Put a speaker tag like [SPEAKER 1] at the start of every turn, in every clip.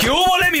[SPEAKER 1] ¿Qué hubo, le, mi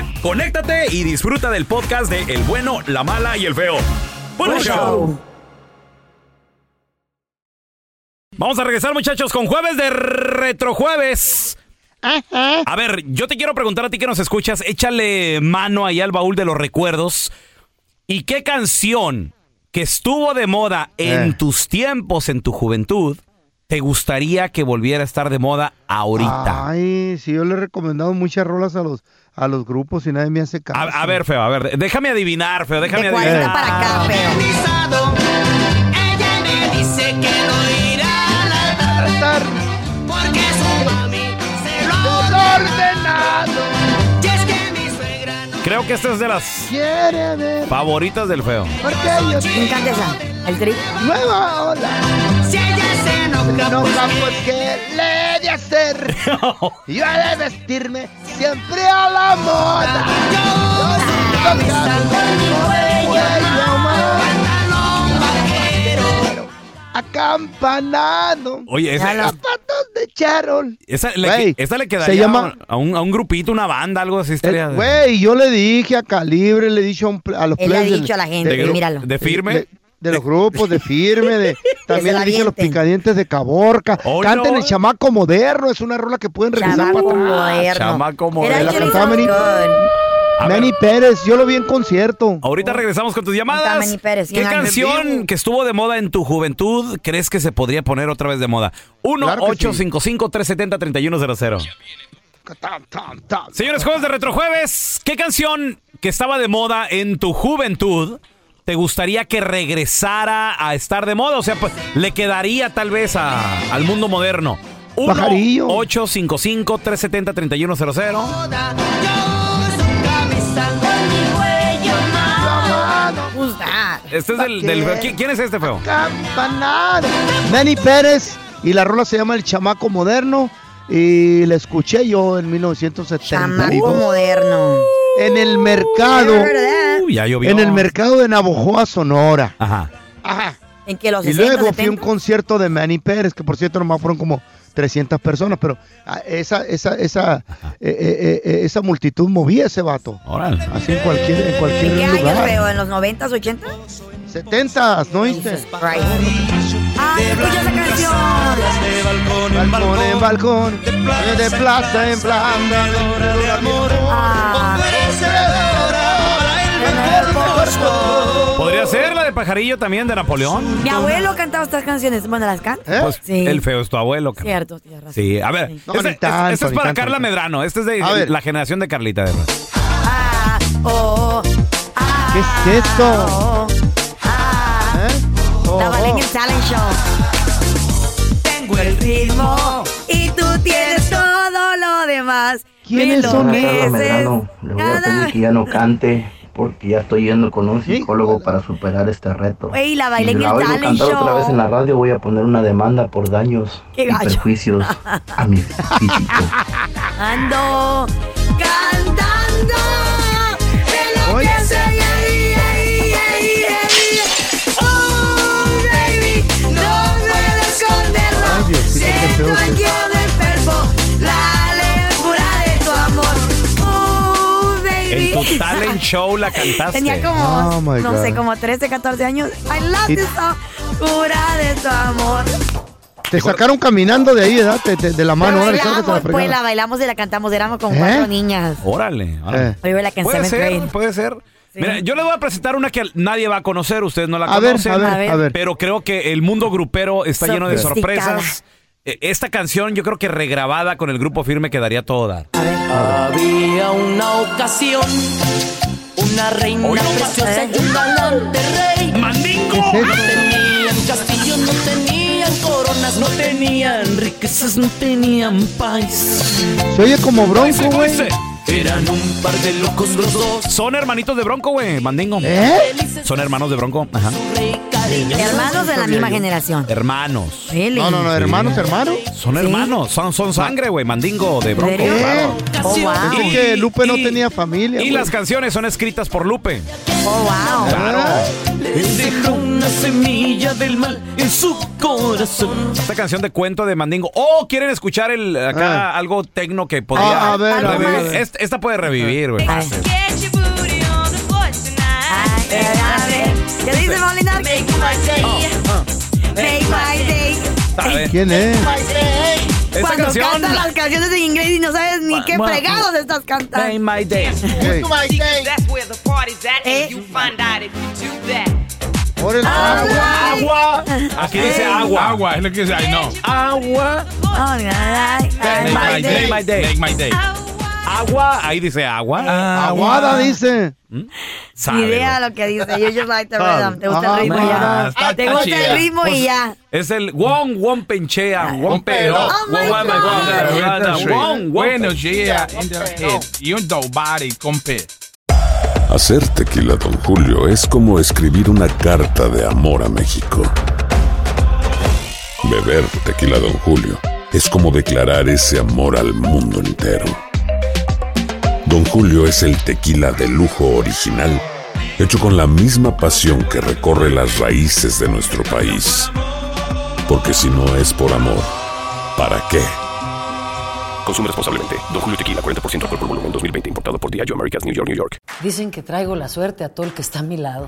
[SPEAKER 1] conéctate y disfruta del podcast de El bueno, la mala y el feo. Buen show. Vamos a regresar, muchachos, con jueves de retrojueves. A ver, yo te quiero preguntar a ti que nos escuchas, échale mano ahí al baúl de los recuerdos. ¿Y qué canción que estuvo de moda en tus tiempos, en tu juventud, te gustaría que volviera a estar de moda ahorita?
[SPEAKER 2] Ay, sí, yo le he recomendado muchas rolas a los, a los grupos y nadie me hace caso.
[SPEAKER 1] A, a ver, feo, a ver, déjame adivinar, feo, déjame
[SPEAKER 3] De
[SPEAKER 1] adivinar.
[SPEAKER 3] 40 para
[SPEAKER 2] Ah.
[SPEAKER 3] acá, feo.
[SPEAKER 4] Ella me dice que no irá al altar porque su mami se lo
[SPEAKER 2] ordenado!
[SPEAKER 4] y es que mi suegra no
[SPEAKER 1] Creo que esta es de las
[SPEAKER 2] Quiere ver
[SPEAKER 1] favoritas del feo.
[SPEAKER 2] porque yo
[SPEAKER 3] Me
[SPEAKER 2] soy
[SPEAKER 3] encanta esa. El tri.
[SPEAKER 2] nueva ola.
[SPEAKER 4] si ella se enoja
[SPEAKER 2] No
[SPEAKER 4] pues
[SPEAKER 2] pues que le he de hacer. Yo he de vestirme siempre a la moda. Yo soy un cuello
[SPEAKER 4] vaquero
[SPEAKER 2] acampanado.
[SPEAKER 1] Oye, esa,
[SPEAKER 3] Ya lo-
[SPEAKER 2] Zapatos de charol.
[SPEAKER 1] esa le,
[SPEAKER 2] Güey,
[SPEAKER 1] esta le
[SPEAKER 2] se
[SPEAKER 1] quedaría
[SPEAKER 2] llama- Eh,
[SPEAKER 1] a, un, a un grupito, una banda, algo así. estaría de-
[SPEAKER 2] Güey, yo le dije a Calibre, le he dicho a, un pl- a los
[SPEAKER 3] Él le ha
[SPEAKER 2] players del-
[SPEAKER 3] dicho a la gente,
[SPEAKER 1] de, gru-
[SPEAKER 3] míralo.
[SPEAKER 1] de firme.
[SPEAKER 2] De, de los grupos, de firme, de,
[SPEAKER 3] se
[SPEAKER 2] también
[SPEAKER 3] la
[SPEAKER 2] le dije a los
[SPEAKER 3] avienten.
[SPEAKER 2] picadientes de Caborca.
[SPEAKER 1] Oh,
[SPEAKER 2] Canten
[SPEAKER 1] no.
[SPEAKER 2] el chamaco moderno, es una rola que pueden regresar
[SPEAKER 3] Chamaco
[SPEAKER 2] para atrás.
[SPEAKER 3] moderno.
[SPEAKER 1] chamaco
[SPEAKER 3] Era
[SPEAKER 1] moderno.
[SPEAKER 2] La
[SPEAKER 3] Chili
[SPEAKER 2] cantaba
[SPEAKER 3] Sound
[SPEAKER 2] Manny-
[SPEAKER 3] Gun.
[SPEAKER 1] A ver,
[SPEAKER 2] Manny Pérez, yo lo vi en concierto.
[SPEAKER 1] ahorita regresamos con tus
[SPEAKER 3] Está
[SPEAKER 1] llamadas.
[SPEAKER 3] Manny Pérez,
[SPEAKER 1] ¿Qué
[SPEAKER 3] ajá. En
[SPEAKER 1] canción
[SPEAKER 3] vivo.
[SPEAKER 1] que estuvo de moda en tu juventud crees que se podría poner otra vez de moda? 1
[SPEAKER 2] Claro que sí.
[SPEAKER 1] 855 370 3100
[SPEAKER 2] Tam, tam, tam.
[SPEAKER 1] Señores, juegos de retrojueves, ¿qué canción que estaba de moda en tu juventud te gustaría que regresara a estar de moda? O sea, pues, le quedaría tal vez a- al mundo moderno. 1
[SPEAKER 2] Pajarillo.
[SPEAKER 1] 855 370 3100
[SPEAKER 3] Who's that?
[SPEAKER 1] Este es del, del- ¿qui- ¿Quién es este feo?
[SPEAKER 2] Campanada. Manny Pérez y la rola se llama El Chamaco Moderno y la escuché yo en 1970
[SPEAKER 3] Chamaco moderno.
[SPEAKER 2] en el mercado
[SPEAKER 3] Never heard of that.
[SPEAKER 1] Uy, ya llovió.
[SPEAKER 2] en el mercado de Navajoa, Sonora.
[SPEAKER 1] Ajá.
[SPEAKER 2] Ajá.
[SPEAKER 3] En que los
[SPEAKER 2] Y
[SPEAKER 3] 60,
[SPEAKER 2] luego fui a un
[SPEAKER 3] 70.
[SPEAKER 2] concierto de Manny Pérez, que por cierto nomás fueron como 300 personas, pero ah, esa esa esa eh, eh, eh, esa multitud movía ese vato.
[SPEAKER 1] Órale.
[SPEAKER 2] Así en cualquier en
[SPEAKER 3] ¿En qué
[SPEAKER 2] cualquier
[SPEAKER 3] años,
[SPEAKER 2] lugar.
[SPEAKER 3] feo? ¿En los 90s, 80
[SPEAKER 2] 70 ¿no viste?
[SPEAKER 3] Right. ¡Ay, escucha esa canción!
[SPEAKER 2] Balcón en balcón, de plaza en plaza.
[SPEAKER 3] Ah,
[SPEAKER 1] ¿Podría ser la de pajarillo también de Napoleón?
[SPEAKER 3] mi abuelo cantaba estas canciones. Bueno, ¿las canta?
[SPEAKER 2] ¿Eh?
[SPEAKER 1] Pues
[SPEAKER 3] Sí.
[SPEAKER 1] el feo es tu abuelo. cara.
[SPEAKER 3] Cierto, tienes razón.
[SPEAKER 1] Sí, a ver.
[SPEAKER 2] No,
[SPEAKER 1] este,
[SPEAKER 2] ni tanto,
[SPEAKER 1] este es
[SPEAKER 2] ni
[SPEAKER 1] para
[SPEAKER 2] tanto,
[SPEAKER 1] Carla
[SPEAKER 2] ni tanto.
[SPEAKER 1] Medrano. Este es de
[SPEAKER 2] A ver.
[SPEAKER 1] la generación de Carlita. de verdad.
[SPEAKER 3] Ah, oh, ah,
[SPEAKER 2] ¿Qué es esto?
[SPEAKER 3] oh, ah. La Valencia Talent Show. Tengo el ritmo y tú tienes todo lo demás.
[SPEAKER 2] ¿Quiénes
[SPEAKER 3] Mil
[SPEAKER 2] son
[SPEAKER 5] Carla
[SPEAKER 3] veces
[SPEAKER 5] Medrano, le voy a
[SPEAKER 3] cada-
[SPEAKER 5] pedir que ya no cante porque ya estoy yendo con un
[SPEAKER 2] Sí.
[SPEAKER 5] psicólogo para superar este reto.
[SPEAKER 3] Güey, la
[SPEAKER 5] Si
[SPEAKER 3] bailé en
[SPEAKER 5] la
[SPEAKER 3] el
[SPEAKER 5] oigo
[SPEAKER 3] talent
[SPEAKER 5] cantar
[SPEAKER 3] show.
[SPEAKER 5] otra vez en la radio voy a poner una demanda por daños
[SPEAKER 3] Qué
[SPEAKER 5] y
[SPEAKER 3] gacho.
[SPEAKER 5] perjuicios a mi físico.
[SPEAKER 3] Ando cantando de lo
[SPEAKER 2] Oye.
[SPEAKER 3] que soy. Ay, ay, ay, ay. Oh, baby, no puedo esconderlo.
[SPEAKER 2] Ay, Diosito, qué feo
[SPEAKER 3] Siento
[SPEAKER 2] que-
[SPEAKER 3] aquí un enfermo la levura de tu amor. Oh,
[SPEAKER 1] En
[SPEAKER 3] baby.
[SPEAKER 1] tu talent show la cantaste.
[SPEAKER 3] Tenía como,
[SPEAKER 2] Oh, my
[SPEAKER 3] no
[SPEAKER 2] God.
[SPEAKER 3] sé, como 13, 14 años. I love
[SPEAKER 2] Y-
[SPEAKER 3] this song. Cura de tu amor.
[SPEAKER 2] Te sacaron caminando de ahí, ¿verdad? Te- te- de la mano.
[SPEAKER 3] la
[SPEAKER 2] ahora que
[SPEAKER 3] bailamos,
[SPEAKER 2] te la
[SPEAKER 3] pues la
[SPEAKER 2] fregada.
[SPEAKER 3] bailamos y la cantamos. Éramos como
[SPEAKER 2] ¿Eh?
[SPEAKER 3] cuatro niñas.
[SPEAKER 1] Órale. órale.
[SPEAKER 2] Eh.
[SPEAKER 3] Oye, la que en
[SPEAKER 1] Oh. Puede
[SPEAKER 3] seventh
[SPEAKER 1] ser,
[SPEAKER 3] grade.
[SPEAKER 1] puede ser. Mira, yo les voy a presentar una que nadie va a conocer, ustedes no la
[SPEAKER 2] A ver,
[SPEAKER 1] conocen.
[SPEAKER 2] a ver,
[SPEAKER 3] A ver.
[SPEAKER 2] a ver.
[SPEAKER 1] Pero creo que el mundo grupero está lleno de
[SPEAKER 3] Sofisticada.
[SPEAKER 1] sorpresas. Eh, Esta canción yo creo que regrabada con el grupo firme quedaría todo dar.
[SPEAKER 4] Había una ocasión, una reina
[SPEAKER 1] Hoy no
[SPEAKER 4] preciosa y un galante rey. No tenían castillos, no tenían coronas, no tenían riquezas, no tenían país.
[SPEAKER 2] Se oye como bronco, güey.
[SPEAKER 4] Eran un par de locos los dos.
[SPEAKER 1] Son hermanitos de Bronco, güey, Mandingo.
[SPEAKER 2] ¿Eh?
[SPEAKER 1] Son hermanos de Bronco, ajá.
[SPEAKER 3] Hermanos de la misma generación.
[SPEAKER 1] Hermanos.
[SPEAKER 3] Really.
[SPEAKER 2] No, no, no, hermanos, hermanos. Ah.
[SPEAKER 1] Son
[SPEAKER 3] Sí.
[SPEAKER 1] hermanos, son, son sangre, güey, Mandingo de
[SPEAKER 3] ¿En
[SPEAKER 1] Bronco.
[SPEAKER 3] serio?
[SPEAKER 1] claro.
[SPEAKER 3] Oh,
[SPEAKER 2] Yo
[SPEAKER 3] wow.
[SPEAKER 2] creo que Lupe no
[SPEAKER 1] y-
[SPEAKER 2] tenía familia.
[SPEAKER 1] Y
[SPEAKER 2] güey.
[SPEAKER 1] las canciones son escritas por Lupe.
[SPEAKER 3] Oh, wow.
[SPEAKER 2] Ah,
[SPEAKER 4] Les dejó una semilla del mal en su corazón.
[SPEAKER 1] Esta canción de cuento de Mandingo. Oh, quieren escuchar el acá algo tecno que podría
[SPEAKER 2] Ah, a ver,
[SPEAKER 3] a
[SPEAKER 1] revivir?
[SPEAKER 2] ver.
[SPEAKER 1] Est- esta puede revivir, güey.
[SPEAKER 3] Ay. Ay, espérate. ¿Qué dice Molina? Make my day. Make my day.
[SPEAKER 1] ¿Sabe?
[SPEAKER 2] ¿Quién es?
[SPEAKER 1] Esta
[SPEAKER 3] Cuando
[SPEAKER 1] canción.
[SPEAKER 3] cantas las canciones en inglés y no sabes ni qué fregados estás
[SPEAKER 1] Ay,
[SPEAKER 3] cantando.
[SPEAKER 1] my day.
[SPEAKER 2] Güey,
[SPEAKER 6] That's where the party's at,
[SPEAKER 3] Eh.
[SPEAKER 6] and you find out if you do that.
[SPEAKER 2] ahora el agua.
[SPEAKER 1] Agua. Aquí dice agua.
[SPEAKER 7] Agua, es lo que dice. Ay, no.
[SPEAKER 1] Agua.
[SPEAKER 3] Oh, ay, ay,
[SPEAKER 1] Make
[SPEAKER 3] my
[SPEAKER 1] my day.
[SPEAKER 3] day. Ah.
[SPEAKER 1] my day.
[SPEAKER 7] Make my day.
[SPEAKER 1] Agua. Ahí dice agua. ¿Mm?
[SPEAKER 2] Aguada, dice.
[SPEAKER 3] Ni
[SPEAKER 1] Sabe,
[SPEAKER 3] idea
[SPEAKER 1] güey.
[SPEAKER 3] lo que dice. You just like the rhythm. Te gusta
[SPEAKER 2] Ah,
[SPEAKER 3] el ritmo y
[SPEAKER 2] ah,
[SPEAKER 3] ya.
[SPEAKER 7] está-
[SPEAKER 3] Te
[SPEAKER 7] está
[SPEAKER 3] gusta
[SPEAKER 7] chida.
[SPEAKER 3] el ritmo y ya.
[SPEAKER 1] Pues, Es el Wong Wong Penchea. Wong Pero.
[SPEAKER 3] Oh, my
[SPEAKER 1] Wong,
[SPEAKER 3] God.
[SPEAKER 1] Wong, Wong, Wong, Wong.
[SPEAKER 7] Buenos días, in the head. You don't body, compa.
[SPEAKER 8] Hacer tequila, Don Julio, es como escribir una carta de amor a México. Beber tequila, Don Julio, es como declarar ese amor al mundo entero. Don Julio es el tequila de lujo original, hecho con la misma pasión que recorre las raíces de nuestro país. Porque si no es por amor, ¿para qué?
[SPEAKER 9] Consume responsablemente. Don Julio Tequila, 40% alcohol por volumen, 2020. Importado por Diageo Americas, New York, New York.
[SPEAKER 10] Dicen que traigo la suerte a todo el que está a mi lado.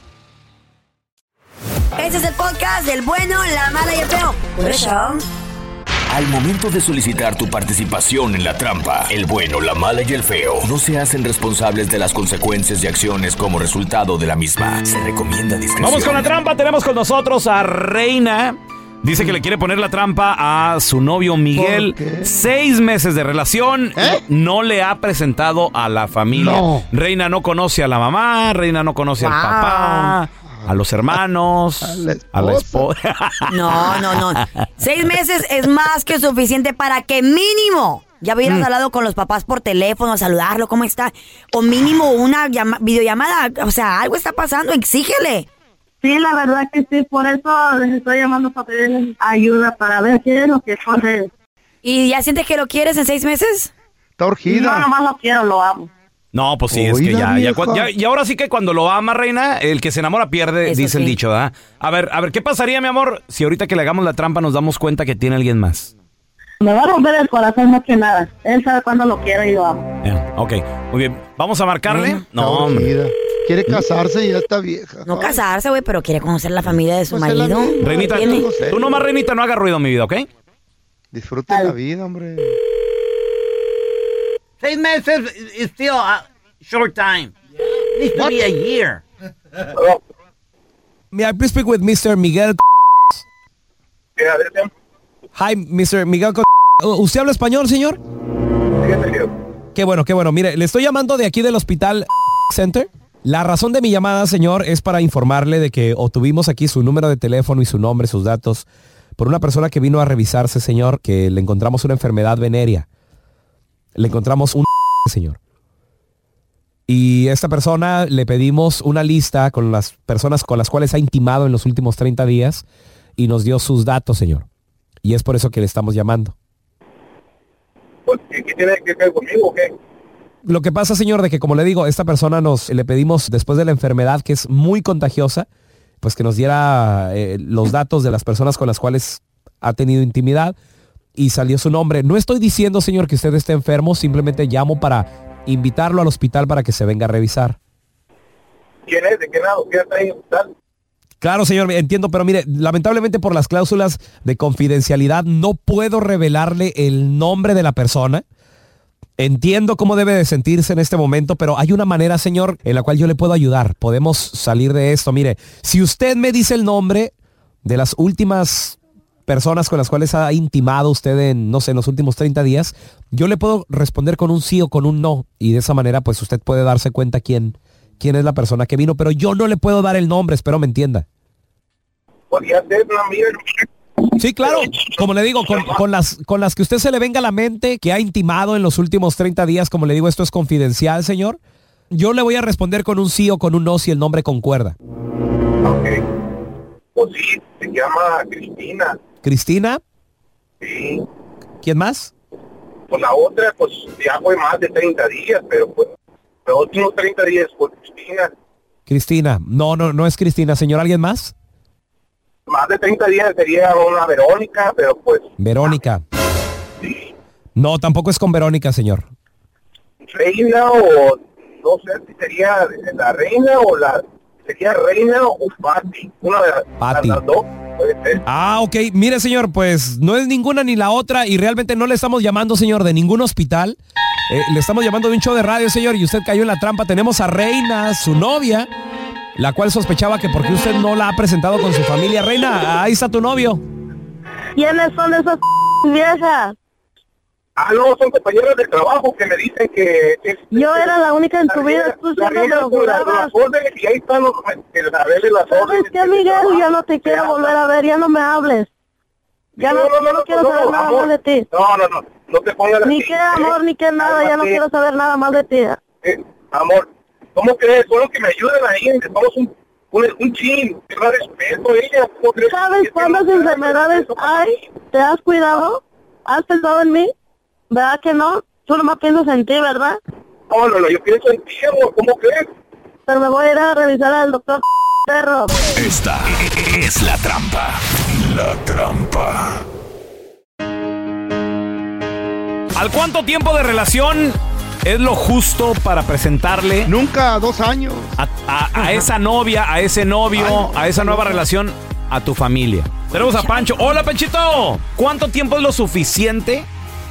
[SPEAKER 3] Este es el podcast del bueno, la mala y el feo. Por eso.
[SPEAKER 9] Al momento de solicitar tu participación en la trampa, el bueno, la mala y el feo no se hacen responsables de las consecuencias y acciones como resultado de la misma. Se recomienda discreción.
[SPEAKER 1] Vamos con la trampa. Tenemos con nosotros a Reina. Dice que le quiere poner la trampa a su novio Miguel.
[SPEAKER 2] ¿Por qué?
[SPEAKER 1] Seis meses de relación.
[SPEAKER 2] ¿Eh?
[SPEAKER 1] No le ha presentado a la familia.
[SPEAKER 2] No.
[SPEAKER 1] Reina no conoce a la mamá. Reina no conoce al
[SPEAKER 3] Wow.
[SPEAKER 1] papá. A los hermanos.
[SPEAKER 2] la
[SPEAKER 1] a la
[SPEAKER 2] esposa.
[SPEAKER 1] esposa.
[SPEAKER 3] No, no, no. Seis meses es más que suficiente para que mínimo ya hubieras
[SPEAKER 6] Mm.
[SPEAKER 3] hablado con los papás por teléfono, saludarlo, ¿cómo está? O mínimo una llama- videollamada. O sea, algo está pasando, exígele.
[SPEAKER 6] Sí, la verdad que sí, por eso les estoy llamando para pedirles ayuda para ver qué es lo que son de-
[SPEAKER 3] ¿Y ya sientes que lo quieres en seis meses?
[SPEAKER 2] Está
[SPEAKER 6] No,
[SPEAKER 2] urgida.
[SPEAKER 6] nomás lo quiero, lo amo.
[SPEAKER 1] No, pues sí, es que
[SPEAKER 2] Oiga,
[SPEAKER 1] ya, ya, cua-
[SPEAKER 2] vieja.
[SPEAKER 1] ya- Y ahora sí que cuando lo ama, Reina, el que se enamora pierde,
[SPEAKER 3] Eso
[SPEAKER 1] dice el
[SPEAKER 3] sí.
[SPEAKER 1] dicho, ¿verdad? A ver, a ver, ¿qué pasaría, mi amor, si ahorita que le hagamos la trampa nos damos cuenta que tiene alguien más?
[SPEAKER 6] Me va a romper el corazón más que nada. Él sabe cuándo lo quiero y lo amo.
[SPEAKER 1] Eh, ok, muy bien. ¿Vamos a marcarle?
[SPEAKER 2] Está
[SPEAKER 1] No, hombre.
[SPEAKER 2] urgida. Quiere casarse y ya está vieja.
[SPEAKER 3] No
[SPEAKER 2] Ay,
[SPEAKER 3] casarse, güey, pero quiere conocer la familia de su
[SPEAKER 2] Pues es la
[SPEAKER 3] marido.
[SPEAKER 2] misma.
[SPEAKER 1] Reinita,
[SPEAKER 2] Tiene-
[SPEAKER 1] tú- tú nomás, Reinita, no haga ruido, mi vida, ¿ok?
[SPEAKER 2] Disfruta la vida, hombre.
[SPEAKER 4] Seis meses is still a short time. Needs to be a year.
[SPEAKER 9] May I please speak with Mr. Miguel?
[SPEAKER 6] Mira, fíjate,
[SPEAKER 9] Hi, Mr. Miguel. Oh, ¿Usted habla español, señor?
[SPEAKER 6] fíjate que
[SPEAKER 9] Qué bueno, qué bueno. Mire, le estoy llamando de aquí del hospital Center. La razón de mi llamada, señor, es para informarle de que obtuvimos aquí su número de teléfono y su nombre, sus datos, por una persona que vino a revisarse, señor, que le encontramos una enfermedad venérea. Le encontramos un señor. Y esta persona le pedimos una lista con las personas con las cuales ha intimado en los últimos 30 días y nos dio sus datos, señor. Y es por eso que le estamos llamando.
[SPEAKER 6] pues, ¿qué qué tiene que ver conmigo o qué?
[SPEAKER 9] Lo que pasa, señor, de que como le digo, esta persona nos le pedimos después de la enfermedad que es muy contagiosa, pues que nos diera eh, los datos de las personas con las cuales ha tenido intimidad y salió su nombre. No estoy diciendo, señor, que usted esté enfermo, simplemente llamo para invitarlo al hospital para que se venga a revisar.
[SPEAKER 6] ¿Quién es? ¿De qué lado? ¿Qué está ahí? en el hospital?
[SPEAKER 9] Claro, señor, entiendo, pero mire, lamentablemente por las cláusulas de confidencialidad no puedo revelarle el nombre de la persona. Entiendo cómo debe de sentirse en este momento, pero hay una manera, señor, en la cual yo le puedo ayudar. Podemos salir de esto. Mire, si usted me dice el nombre de las últimas personas con las cuales ha intimado usted en, no sé, en los últimos 30 días, yo le puedo responder con un sí o con un no. Y de esa manera, pues usted puede darse cuenta quién, quién es la persona que vino, pero yo no le puedo dar el nombre, espero me entienda.
[SPEAKER 11] Podría ser una amiga de mi
[SPEAKER 9] Sí, claro. Como le digo, con, con las, con las que usted se le venga a la mente que ha intimado en los últimos 30 días, como le digo, esto es confidencial, señor. Yo le voy a responder con un sí o con un no si el nombre concuerda.
[SPEAKER 11] pues sí, se llama Cristina.
[SPEAKER 9] Cristina,
[SPEAKER 11] Sí,
[SPEAKER 9] ¿quién más?
[SPEAKER 11] pues la otra, pues ya fue más de 30 días, pero pues los últimos 30 días con Cristina,
[SPEAKER 9] Cristina. No, no, no es Cristina, señor. ¿Alguien más?
[SPEAKER 11] más de 30 días sería una Verónica, pero pues
[SPEAKER 9] Verónica. No, tampoco es con Verónica, señor.
[SPEAKER 11] reina o no sé si sería la reina o la sería reina o Patti, una de las,
[SPEAKER 9] Patti.
[SPEAKER 11] las dos.
[SPEAKER 9] Ah, ok. Mire, señor, pues no es ninguna ni la otra y realmente no le estamos llamando, señor, de ningún hospital. Eh, le estamos llamando de un show de radio, señor, y usted cayó en la trampa. Tenemos a Reina, su novia, la cual sospechaba que porque usted no la ha presentado con su familia. Reina, ahí está tu novio.
[SPEAKER 6] ¿Quiénes son esas viejas?
[SPEAKER 11] Ah, no, son compañeros de trabajo que me dicen que...
[SPEAKER 6] Yo era la única en tu vida,
[SPEAKER 11] reina-
[SPEAKER 6] tú
[SPEAKER 11] la
[SPEAKER 6] siempre me
[SPEAKER 11] reina
[SPEAKER 6] lo
[SPEAKER 11] con la- con
[SPEAKER 6] jurabas.
[SPEAKER 11] las órdenes y ahí están los el Abel y las órdenes.
[SPEAKER 6] ¿Sabes qué, Miguel? Ya no te quiero volver a ver, ya no me hables. Ya no, ya no quiero saber nada
[SPEAKER 11] amor.
[SPEAKER 6] más de ti.
[SPEAKER 11] No, no, no, no te pongas
[SPEAKER 6] Ni
[SPEAKER 11] así,
[SPEAKER 6] qué
[SPEAKER 11] ¿eh?
[SPEAKER 6] amor, ni qué nada, ya no
[SPEAKER 11] Cálmate.
[SPEAKER 6] quiero saber nada más de ti.
[SPEAKER 11] Eh, amor, ¿cómo crees? Solo que me ayuden ahí, somos un, un, un chin, que más respeto ella. ¿Cómo crees?
[SPEAKER 6] ¿Sabes cuántas enfermedades hay? ¿Te has cuidado? ¿Has pensado en mí? ¿Verdad que no? Tú nomás piensas en ti, ¿verdad?
[SPEAKER 11] No, no, no, yo pienso en ti, amor, ¿cómo crees?
[SPEAKER 6] Pero me voy a ir a revisar al doctor perro.
[SPEAKER 12] Esta es la trampa. La trampa.
[SPEAKER 1] ¿Al cuánto tiempo de relación es lo justo para presentarle?
[SPEAKER 2] Nunca, dos años.
[SPEAKER 1] A, a- a esa novia, a ese novio, a esa nueva relación, a tu familia. Tenemos a Pancho. Hola, Panchito. ¿Cuánto tiempo es lo suficiente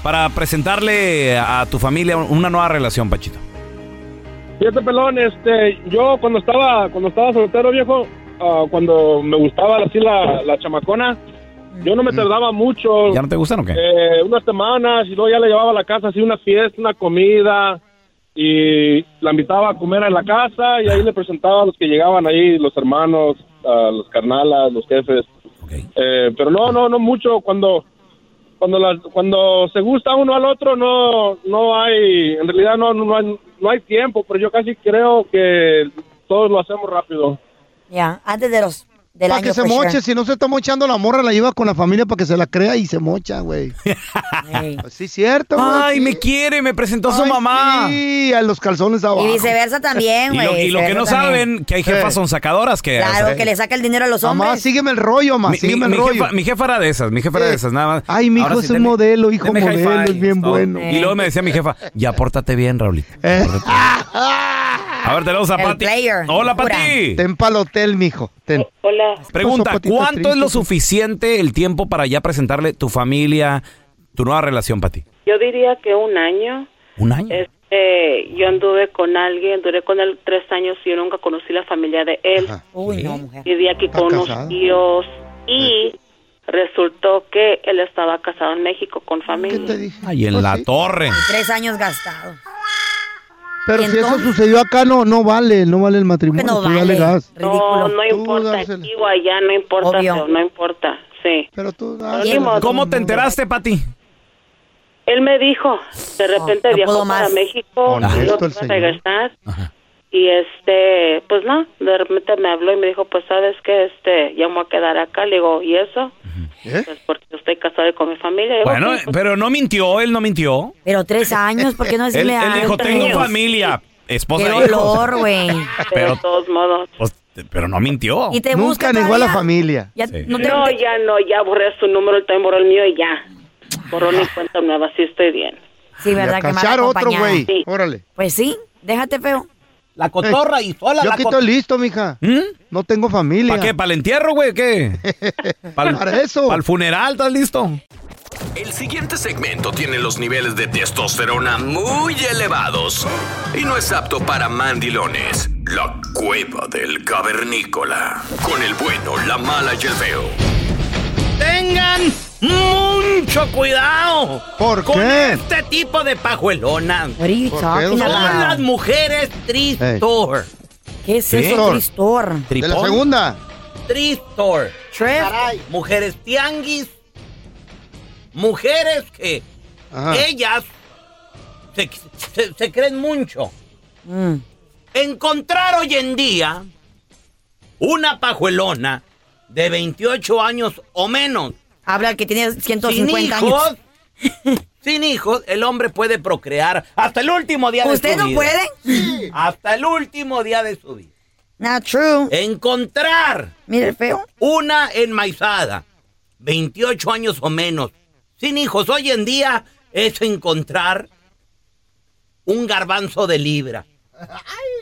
[SPEAKER 1] para presentarle a tu familia una nueva relación, Panchito?
[SPEAKER 13] Fíjate, pelón, este, yo cuando estaba, cuando estaba soltero, viejo, ah, cuando me gustaba así la, la chamacona, yo no me tardaba mucho.
[SPEAKER 1] ¿Ya no te gustan o qué?
[SPEAKER 13] Eh, unas semanas, y luego ya la llevaba a la casa, así una fiesta, una comida, y la invitaba a comer en la casa, y ahí le presentaba a los que llegaban ahí, los hermanos, a los carnalas, los jefes. Eh, pero no, no, no mucho, cuando... Cuando, las- cuando se gusta uno al otro no no hay en realidad no no hay, no hay tiempo pero yo casi creo que todos lo hacemos rápido
[SPEAKER 3] Ya, antes de los del
[SPEAKER 2] Para
[SPEAKER 3] año. pues,
[SPEAKER 2] que se
[SPEAKER 3] for sure.
[SPEAKER 2] moche, si no se está mochando la morra, la lleva con la familia para que se la crea y se mocha, güey. Pues sí, cierto, güey.
[SPEAKER 1] Ay,
[SPEAKER 2] sí.
[SPEAKER 1] me quiere, me presentó su
[SPEAKER 2] Ay,
[SPEAKER 1] mamá.
[SPEAKER 2] Sí, a los calzones abajo. Eh.
[SPEAKER 3] Y viceversa también,
[SPEAKER 1] Y
[SPEAKER 3] güey.
[SPEAKER 1] lo, y lo que
[SPEAKER 3] viceversa
[SPEAKER 1] no
[SPEAKER 3] también.
[SPEAKER 1] saben, que hay jefas
[SPEAKER 3] Sí.
[SPEAKER 1] son sacadoras que...
[SPEAKER 3] Claro, que le saca el dinero a los hombres.
[SPEAKER 2] sígueme el rollo,
[SPEAKER 1] Mi- mi, mi Jefa, mi jefa era de esas, mi jefa era de esas, nada más.
[SPEAKER 2] Ay, mi hijo
[SPEAKER 1] Ahora
[SPEAKER 2] es
[SPEAKER 1] sí,
[SPEAKER 2] un
[SPEAKER 1] denme-
[SPEAKER 2] modelo, hijo
[SPEAKER 1] denme high
[SPEAKER 2] modelo, es
[SPEAKER 1] fives,
[SPEAKER 2] bien
[SPEAKER 1] todo.
[SPEAKER 2] bueno. Eh.
[SPEAKER 1] Y luego me decía mi jefa, ya pórtate bien, Raulito. Pórtate bien. A ver, tenemos a
[SPEAKER 2] El
[SPEAKER 1] Pati.
[SPEAKER 2] player,
[SPEAKER 1] Hola,
[SPEAKER 2] figura.
[SPEAKER 1] Pati. Oh,
[SPEAKER 2] Ten pa'l hotel, mijo. Ten.
[SPEAKER 14] Hola.
[SPEAKER 1] Pregunta, ¿cuánto es lo suficiente el tiempo para ya presentarle tu familia, tu nueva relación, Pati?
[SPEAKER 14] Yo diría que un año.
[SPEAKER 1] ¿Un año?
[SPEAKER 14] Este, yo anduve con alguien, duré con él tres años y yo nunca conocí la familia de él.
[SPEAKER 3] Uy, no, mujer.
[SPEAKER 14] Viví aquí
[SPEAKER 3] ¿Está
[SPEAKER 14] con
[SPEAKER 3] casada?
[SPEAKER 14] unos tíos y resultó que él estaba casado en México con familia.
[SPEAKER 1] Ay,
[SPEAKER 2] Pues
[SPEAKER 1] en la torre.
[SPEAKER 3] Tres años gastado.
[SPEAKER 2] Pero
[SPEAKER 3] ¿Y
[SPEAKER 2] si eso
[SPEAKER 3] entonces? Pues
[SPEAKER 2] sucedió acá, no, no vale, no vale el matrimonio.
[SPEAKER 3] no
[SPEAKER 2] tú dale
[SPEAKER 3] vale.
[SPEAKER 2] gas.
[SPEAKER 14] No, no importa, aquí o allá, no importa, pero no importa, sí.
[SPEAKER 2] Pero tú
[SPEAKER 1] ¿Cómo te
[SPEAKER 2] ¿Eh?
[SPEAKER 1] enteraste, Pati?
[SPEAKER 14] Él me dijo, de repente
[SPEAKER 1] Oh, no puedo
[SPEAKER 14] viajó
[SPEAKER 1] más.
[SPEAKER 14] para México,
[SPEAKER 1] Con
[SPEAKER 14] no
[SPEAKER 1] esto el
[SPEAKER 14] quiso
[SPEAKER 1] señor.
[SPEAKER 14] regresar. Y este, pues no, de repente me habló y me dijo, pues sabes que este, ya me voy a quedar acá. Le digo, ¿y eso?
[SPEAKER 2] ¿Eh?
[SPEAKER 14] Pues porque estoy casado y con mi familia. Le digo,
[SPEAKER 1] Bueno,
[SPEAKER 14] "Sí, pues,
[SPEAKER 1] pero no mintió, él no mintió.
[SPEAKER 3] Pero tres años, ¿por qué no
[SPEAKER 1] Él,
[SPEAKER 3] decirle
[SPEAKER 1] él
[SPEAKER 3] a
[SPEAKER 1] dijo, tengo familia,
[SPEAKER 3] Qué
[SPEAKER 1] esposa e hijos".
[SPEAKER 3] dolor, güey.
[SPEAKER 1] Pero,
[SPEAKER 14] de todos modos.
[SPEAKER 1] pues, pero no mintió.
[SPEAKER 3] Y te Nunca busca negó a la todavía.
[SPEAKER 2] familia. Eh,
[SPEAKER 3] Ya
[SPEAKER 14] No, ya no, ya borré su número, él también borró el mío y ya. Borró mi cuenta nueva, sí estoy bien.
[SPEAKER 3] Sí, ¿verdad? Que mal
[SPEAKER 2] cachar otro,
[SPEAKER 3] acompañada.
[SPEAKER 2] güey. Órale.
[SPEAKER 3] Pues sí, déjate feo.
[SPEAKER 15] La cotorra y sola.
[SPEAKER 2] Yo
[SPEAKER 15] la
[SPEAKER 2] aquí
[SPEAKER 15] cotorra.
[SPEAKER 2] estoy listo, mija. No tengo familia.
[SPEAKER 1] ¿Para qué? ¿Para el entierro, güey? ¿Qué? el-
[SPEAKER 2] Para eso.
[SPEAKER 1] ¿Para el funeral? ¿Estás listo?
[SPEAKER 12] El siguiente segmento tiene los niveles de testosterona muy elevados y no es apto para mandilones. La cueva del cavernícola. Con el bueno, la mala y el feo.
[SPEAKER 15] Tengan mucho cuidado. ¿Por con este tipo de pajuelonas.
[SPEAKER 3] What are you
[SPEAKER 15] Son
[SPEAKER 3] talking about?
[SPEAKER 15] las mujeres tristor.
[SPEAKER 3] ¿Qué es
[SPEAKER 15] ¿Qué?
[SPEAKER 3] eso, Tristor?
[SPEAKER 15] ¿De la segunda? Tristor. Caray. Mujeres tianguis. Mujeres que ellas se, se- se creen mucho.
[SPEAKER 3] Mm.
[SPEAKER 15] Encontrar hoy en día una pajuelona de 28 años o menos
[SPEAKER 3] Habla el que tiene 150
[SPEAKER 15] sin hijos,
[SPEAKER 3] años.
[SPEAKER 15] sin hijos, el hombre puede procrear hasta el último día de
[SPEAKER 3] ¿Usted
[SPEAKER 15] su
[SPEAKER 3] no
[SPEAKER 15] vida.
[SPEAKER 3] puede?
[SPEAKER 15] Hasta el último día de su vida.
[SPEAKER 3] Not true.
[SPEAKER 15] Encontrar
[SPEAKER 3] Mire, feo.
[SPEAKER 15] una enmaizada, 28 años o menos, sin hijos. Hoy en día es encontrar un garbanzo de libra.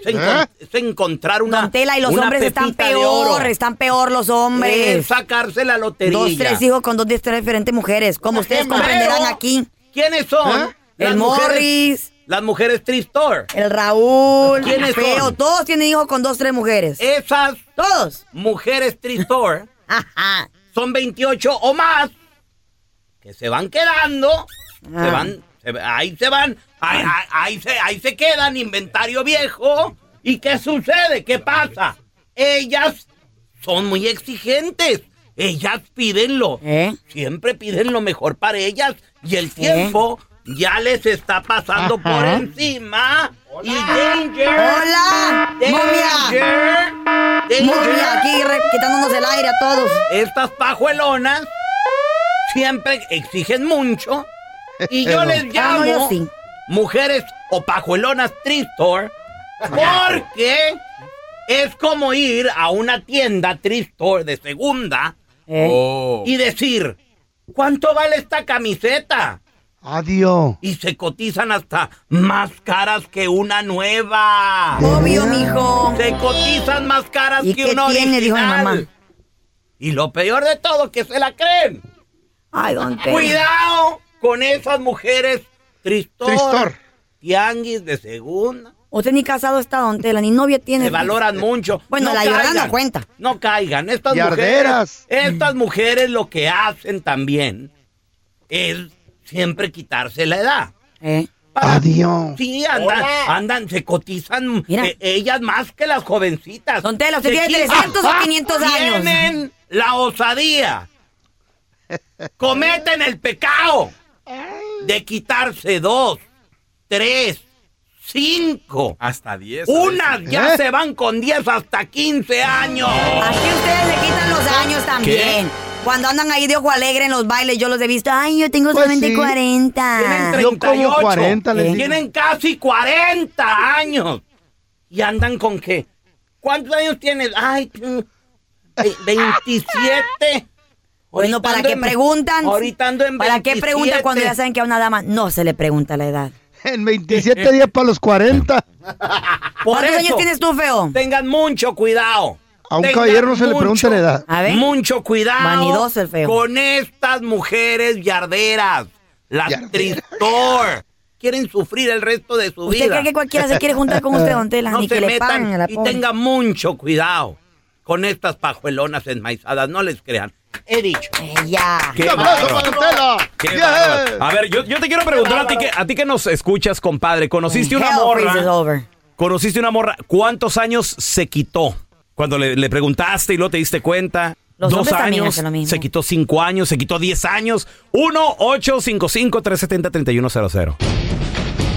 [SPEAKER 15] Es, encon- es encontrar una.
[SPEAKER 3] Don Tela y los
[SPEAKER 15] una
[SPEAKER 3] hombres están
[SPEAKER 15] pepita de oro.
[SPEAKER 3] peor, están peor los hombres.
[SPEAKER 15] Es sacarse la lotería.
[SPEAKER 3] Dos, tres hijos con dos, diez, tres diferentes mujeres. Como ustedes
[SPEAKER 15] Pero,
[SPEAKER 3] comprenderán aquí. ¿Ah?
[SPEAKER 15] ¿Quiénes son? Las
[SPEAKER 3] El
[SPEAKER 15] mujeres-
[SPEAKER 3] Morris,
[SPEAKER 15] Las mujeres Tristor.
[SPEAKER 3] el Raúl,
[SPEAKER 15] ¿Quiénes
[SPEAKER 3] el Feo.
[SPEAKER 15] son?
[SPEAKER 3] Todos tienen hijos con dos, tres mujeres.
[SPEAKER 15] Esas
[SPEAKER 3] Todos.
[SPEAKER 15] mujeres Tristor son 28 o más que se van quedando. Se
[SPEAKER 3] Ah.
[SPEAKER 15] van, se va- ahí se van, ahí, ahí- ahí se, ahí se quedan, inventario viejo. ¿Y qué sucede? ¿Qué pasa? Ellas son muy exigentes. Ellas piden lo,
[SPEAKER 3] ¿Eh?
[SPEAKER 15] siempre piden lo mejor para ellas y el tiempo ya les está pasando
[SPEAKER 4] Ajá.
[SPEAKER 15] por encima. Y danger.
[SPEAKER 3] ¡Hola!
[SPEAKER 15] Danger.
[SPEAKER 3] ¡Momia! ¡Momia! Aquí re- quitándonos el aire a todos.
[SPEAKER 15] Estas pajuelonas siempre exigen mucho. Y yo les
[SPEAKER 3] Ah,
[SPEAKER 15] llamo
[SPEAKER 3] no, yo sí.
[SPEAKER 15] mujeres o pajuelonas Tristor porque es como ir a una tienda Tristor de segunda
[SPEAKER 3] Eh.
[SPEAKER 2] Oh.
[SPEAKER 15] y decir, ¿cuánto vale esta camiseta?
[SPEAKER 2] Adiós.
[SPEAKER 15] Y se cotizan hasta más caras que una nueva. Obvio, mijo. Se cotizan más caras
[SPEAKER 3] ¿Y
[SPEAKER 15] que
[SPEAKER 3] qué
[SPEAKER 15] una
[SPEAKER 3] tiene?
[SPEAKER 15] original.
[SPEAKER 3] Dijo mi mamá.
[SPEAKER 15] Y lo peor de todo, que se la creen.
[SPEAKER 3] Ay, don Tela.
[SPEAKER 15] Cuidado con esas mujeres tristor, tianguis de segunda.
[SPEAKER 3] Usted ni casado está, don Tela, ni novia tiene.
[SPEAKER 15] Se valoran mucho.
[SPEAKER 3] Bueno,
[SPEAKER 15] No
[SPEAKER 3] la llorando
[SPEAKER 15] caigan,
[SPEAKER 3] no cuenta.
[SPEAKER 15] No caigan. Estas
[SPEAKER 3] Y
[SPEAKER 15] mujeres.
[SPEAKER 3] arderas.
[SPEAKER 15] Estas mujeres lo que hacen también es siempre quitarse la edad.
[SPEAKER 3] Eh.
[SPEAKER 2] Adiós.
[SPEAKER 15] Sí, andan, andan, se cotizan eh, ellas más que las jovencitas. Don
[SPEAKER 3] Tela, ¿usted tiene 300 o 500 años?
[SPEAKER 15] Tienen la osadía. Cometen el pecado de quitarse dos, tres, cinco. Hasta diez. ¿Eh? Unas
[SPEAKER 12] ¿Eh?
[SPEAKER 15] ya se van con diez hasta 15 años.
[SPEAKER 3] Así ustedes le quitan los años también. Cuando andan ahí de ojo alegre en los bailes, yo los he visto. Ay, yo tengo solamente
[SPEAKER 15] Pues sí.
[SPEAKER 3] 40.
[SPEAKER 15] Tienen 38, Tienen casi 40 años. Y andan con qué. ¿Cuántos años tienes? Ay, tú, ve- 27.
[SPEAKER 3] Bueno,
[SPEAKER 15] Ahorita
[SPEAKER 3] ¿para
[SPEAKER 15] ando
[SPEAKER 3] qué
[SPEAKER 15] en-
[SPEAKER 3] preguntan?
[SPEAKER 15] Ahorita ando en
[SPEAKER 3] ¿Para qué
[SPEAKER 15] 27.
[SPEAKER 3] preguntan cuando ya saben que a una dama no se le pregunta la edad?
[SPEAKER 2] En 27 días para los 40.
[SPEAKER 15] Por
[SPEAKER 3] ¿Cuántos
[SPEAKER 15] eso,
[SPEAKER 3] años tienes tú, feo?
[SPEAKER 15] Tengan mucho cuidado.
[SPEAKER 2] A un
[SPEAKER 15] Tengan
[SPEAKER 2] caballero no se le
[SPEAKER 15] mucho-
[SPEAKER 2] pregunta la edad.
[SPEAKER 3] A ver.
[SPEAKER 15] Mucho cuidado.
[SPEAKER 3] Vanidoso el feo.
[SPEAKER 15] Con estas mujeres yarderas. Las tristor. Quieren sufrir el resto de su
[SPEAKER 3] ¿Usted
[SPEAKER 15] vida.
[SPEAKER 3] cree que cualquiera se quiere juntar con usted, don Tela?
[SPEAKER 15] No
[SPEAKER 3] Ni
[SPEAKER 15] se
[SPEAKER 3] que le
[SPEAKER 15] metan
[SPEAKER 3] paguen a la
[SPEAKER 15] y
[SPEAKER 3] pobre.
[SPEAKER 15] tenga mucho cuidado con estas pajuelonas enmaizadas. No les crean. He dicho.
[SPEAKER 3] Ya.
[SPEAKER 1] Qué bárbaro. Qué bárbaro. A ver, yo, yo te quiero preguntar a ti, que, a ti que nos escuchas, compadre. ¿Conociste una
[SPEAKER 3] Hell freezes
[SPEAKER 1] morra?
[SPEAKER 3] over.
[SPEAKER 1] ¿Conociste una morra? ¿Cuántos años se quitó? Cuando le, le preguntaste y luego te diste cuenta.
[SPEAKER 3] Los
[SPEAKER 1] Dos
[SPEAKER 3] hombres también
[SPEAKER 1] años,
[SPEAKER 3] hacen lo mismo.
[SPEAKER 1] se quitó cinco años, se quitó diez años. 1-855-370-3100.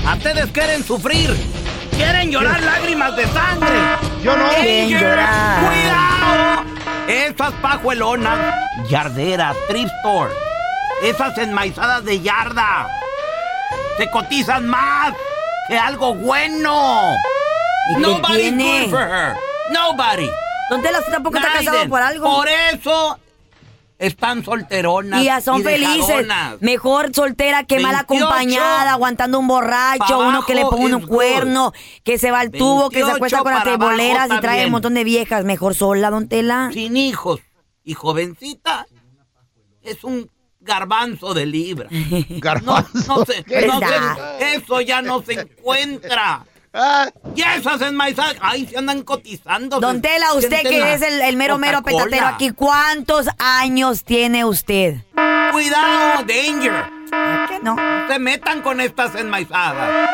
[SPEAKER 15] A ustedes quieren sufrir. Quieren llorar lágrimas de sangre. Yo no.
[SPEAKER 4] Quieren llorar.
[SPEAKER 15] Cuidado. Estas pajuelonas yarderas, tristor. Esas enmaizadas de yarda. Se cotizan más que algo bueno.
[SPEAKER 3] ¿Y qué
[SPEAKER 15] Nobody's
[SPEAKER 3] tiene?
[SPEAKER 15] good for her. Nobody.
[SPEAKER 3] Don Tela, usted tampoco está
[SPEAKER 15] Naiden.
[SPEAKER 3] casado por algo.
[SPEAKER 15] Por eso están solteronas.
[SPEAKER 3] Y ya son felices.
[SPEAKER 15] dejadonas.
[SPEAKER 3] Mejor soltera que mal
[SPEAKER 15] 28.
[SPEAKER 3] acompañada, aguantando un borracho,
[SPEAKER 15] Pa'
[SPEAKER 3] uno que le
[SPEAKER 15] abajo
[SPEAKER 3] pone un
[SPEAKER 15] es
[SPEAKER 3] cuerno, que se va al tubo, que se
[SPEAKER 15] 28
[SPEAKER 3] acuesta con las
[SPEAKER 15] para abajo
[SPEAKER 3] teboleras y trae
[SPEAKER 15] también.
[SPEAKER 3] un montón de viejas. Mejor sola, don Tela.
[SPEAKER 15] Sin hijos. Y jovencita es un garbanzo de libra. No, no se-
[SPEAKER 4] ¿Qué
[SPEAKER 15] no se-
[SPEAKER 4] tal?
[SPEAKER 15] eso ya no se encuentra.
[SPEAKER 16] Ah.
[SPEAKER 15] Y esas enmaizadas, ahí se andan cotizando.
[SPEAKER 3] Don
[SPEAKER 15] se
[SPEAKER 3] Tela, usted
[SPEAKER 15] sienten
[SPEAKER 3] que
[SPEAKER 15] la
[SPEAKER 3] es el, el mero mero
[SPEAKER 15] Coca-Cola.
[SPEAKER 3] petatero aquí, ¿cuántos años tiene usted?
[SPEAKER 15] Cuidado, danger.
[SPEAKER 3] qué no?
[SPEAKER 15] se metan con estas enmaizadas.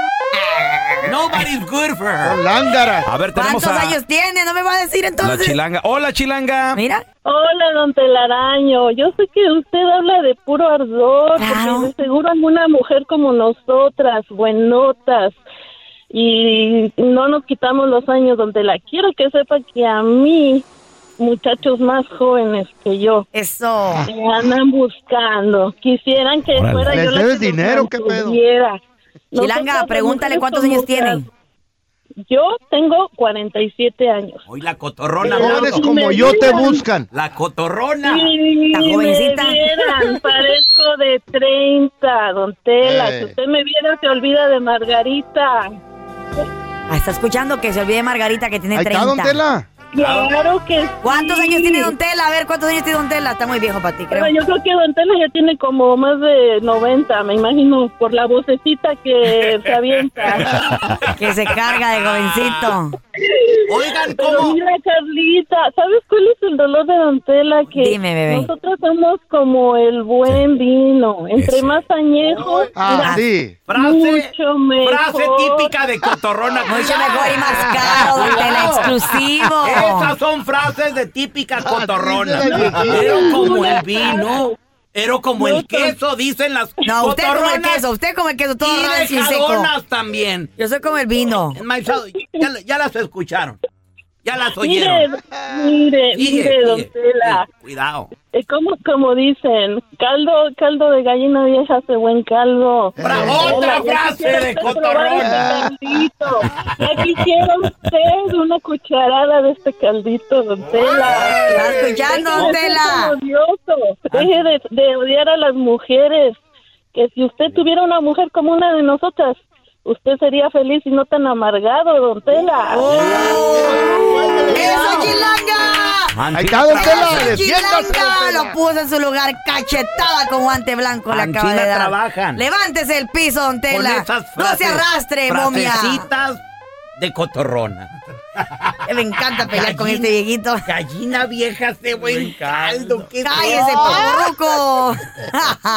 [SPEAKER 15] Nobody's good for her.
[SPEAKER 1] A ver, tenemos
[SPEAKER 3] ¿Cuántos
[SPEAKER 1] a
[SPEAKER 3] años tiene? No me va a decir
[SPEAKER 1] la
[SPEAKER 3] entonces.
[SPEAKER 1] chilanga. Hola, chilanga.
[SPEAKER 3] Ah, Mira.
[SPEAKER 16] Hola, don Telaraño. Yo sé que usted habla de puro ardor, porque de seguro alguna mujer como nosotras, buenotas, y no nos quitamos los años donde la quiero que sepa que a mí, muchachos más jóvenes que yo,
[SPEAKER 3] eso
[SPEAKER 16] me andan buscando. Quisieran que
[SPEAKER 2] Órale.
[SPEAKER 16] fuera
[SPEAKER 2] ¿Les
[SPEAKER 16] yo la
[SPEAKER 2] debes
[SPEAKER 16] que los
[SPEAKER 2] dinero? ¿Qué pedo?
[SPEAKER 16] mantuviera.
[SPEAKER 3] Chilanga,
[SPEAKER 16] Nosotras las
[SPEAKER 3] pregúntale
[SPEAKER 16] mujeres
[SPEAKER 3] cuántos
[SPEAKER 16] como
[SPEAKER 3] años
[SPEAKER 16] las-
[SPEAKER 3] tiene.
[SPEAKER 16] Yo tengo 47 años.
[SPEAKER 15] Hoy la cotorrona.
[SPEAKER 16] Jóvenes
[SPEAKER 15] loco.
[SPEAKER 16] como yo te buscan.
[SPEAKER 15] La cotorrona.
[SPEAKER 16] Sí,
[SPEAKER 15] La jovencita.
[SPEAKER 16] me vieran, parezco de 30, don Tela.
[SPEAKER 3] Eh.
[SPEAKER 16] Si usted me viera, se olvida de Margarita.
[SPEAKER 3] Ah, está escuchando que se olvide Margarita que tiene
[SPEAKER 16] Ahí
[SPEAKER 3] 30.
[SPEAKER 16] está, don Tela. Claro que sí.
[SPEAKER 3] ¿Cuántos años tiene Don Tela? A ver, ¿cuántos años tiene Don Tela? Está muy viejo para ti, creo.
[SPEAKER 16] Pero yo creo que don Tela ya tiene como más de 90, me imagino, por la vocecita que se avienta.
[SPEAKER 3] que se carga de jovencito.
[SPEAKER 15] Oigan,
[SPEAKER 16] Pero mira, Carlita, ¿sabes cuál es el dolor de Don Tela? Que
[SPEAKER 3] Dime, bebé.
[SPEAKER 16] nosotros somos como el buen vino. Entre más añejo,
[SPEAKER 15] Ah,
[SPEAKER 16] mira,
[SPEAKER 15] sí.
[SPEAKER 16] mucho mejor.
[SPEAKER 15] Frase típica de cotorrona. Mucho
[SPEAKER 3] mejor y más caro, don Tela, exclusivo.
[SPEAKER 15] Esas son frases de típicas cotorronas.
[SPEAKER 3] Ah, sí, sí, sí.
[SPEAKER 15] Pero como el vino. Pero como el queso, dicen las
[SPEAKER 3] No, usted como el
[SPEAKER 15] cotorronas.
[SPEAKER 3] queso, usted como el queso, todo
[SPEAKER 15] Y
[SPEAKER 3] rancio y seco.
[SPEAKER 15] dejadonas también.
[SPEAKER 3] Yo soy como el vino.
[SPEAKER 15] Enmaizado, ya, la- ya las escucharon. Ya las
[SPEAKER 16] Mire,
[SPEAKER 15] oyeron.
[SPEAKER 16] mire,
[SPEAKER 15] Sigue,
[SPEAKER 16] mire, don
[SPEAKER 15] sigue.
[SPEAKER 16] Tela.
[SPEAKER 15] Cuidado.
[SPEAKER 16] Eh, Como, como dicen, caldo, caldo de gallina vieja hace buen caldo.
[SPEAKER 15] otra
[SPEAKER 16] Tela, ya
[SPEAKER 15] frase
[SPEAKER 16] quisiera
[SPEAKER 15] de
[SPEAKER 16] usted
[SPEAKER 15] cotorrona.
[SPEAKER 16] probar este caldito. Ya quisiera usted una cucharada de este caldito, don Tela.
[SPEAKER 3] ¿Está escuchando, don
[SPEAKER 16] Deje de ser
[SPEAKER 3] Tela?
[SPEAKER 16] tan odioso. Deje de, de odiar a las mujeres. Que si usted tuviera una mujer como una de nosotras, usted sería feliz y no tan amargado, don Tela.
[SPEAKER 3] ¡Eso, chilanga!
[SPEAKER 2] Ahí está, don Tela,
[SPEAKER 3] ¡Eso,
[SPEAKER 2] defiéndase,
[SPEAKER 3] chilanga! Lo puso en su lugar, cachetada con guante blanco le acaba de
[SPEAKER 15] Anchina
[SPEAKER 3] dar.
[SPEAKER 15] trabajan.
[SPEAKER 3] Levántese el piso, don
[SPEAKER 15] Con
[SPEAKER 3] Tela.
[SPEAKER 15] esas
[SPEAKER 3] No se
[SPEAKER 15] frases,
[SPEAKER 3] arrastre, momia.
[SPEAKER 15] frasecitas de cotorrona.
[SPEAKER 3] Eh, Me encanta pelear con este viejito.
[SPEAKER 15] Gallina vieja de buen caldo. ¿qué
[SPEAKER 3] ¡Cállese, porruco!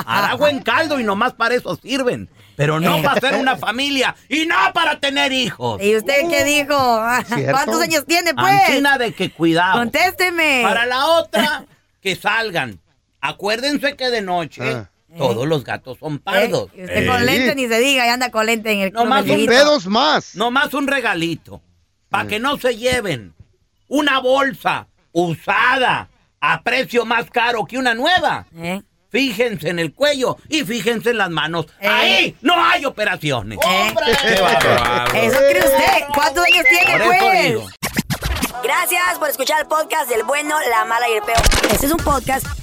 [SPEAKER 15] Hará buen caldo y nomás para eso sirven. Pero no
[SPEAKER 3] Eh.
[SPEAKER 15] para ser una familia y no para tener hijos.
[SPEAKER 3] ¿Y usted qué dijo?
[SPEAKER 15] Uh, ¿Cierto?
[SPEAKER 3] ¿Cuántos años tiene, pues?
[SPEAKER 15] Anchina de que cuidado.
[SPEAKER 3] Contésteme.
[SPEAKER 15] Para la otra, que salgan. Acuérdense que de noche todos los gatos son pardos.
[SPEAKER 3] Eh, Y usted con lente ni se diga, y anda con lente en el
[SPEAKER 15] No más
[SPEAKER 3] club,
[SPEAKER 15] un
[SPEAKER 3] amiguito.
[SPEAKER 15] más. No más un regalito. Para que no se lleven una bolsa usada a precio más caro que una nueva. Fíjense en el cuello y fíjense en las manos. Ahí no hay operaciones. ¡Qué bárbaro!
[SPEAKER 3] Eso cree usted. ¿Cuántos años
[SPEAKER 15] Por
[SPEAKER 3] tiene,
[SPEAKER 15] eso
[SPEAKER 3] pues?
[SPEAKER 15] digo.
[SPEAKER 3] Gracias por escuchar el podcast del bueno, la mala y el peor. Este es un podcast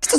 [SPEAKER 3] Esto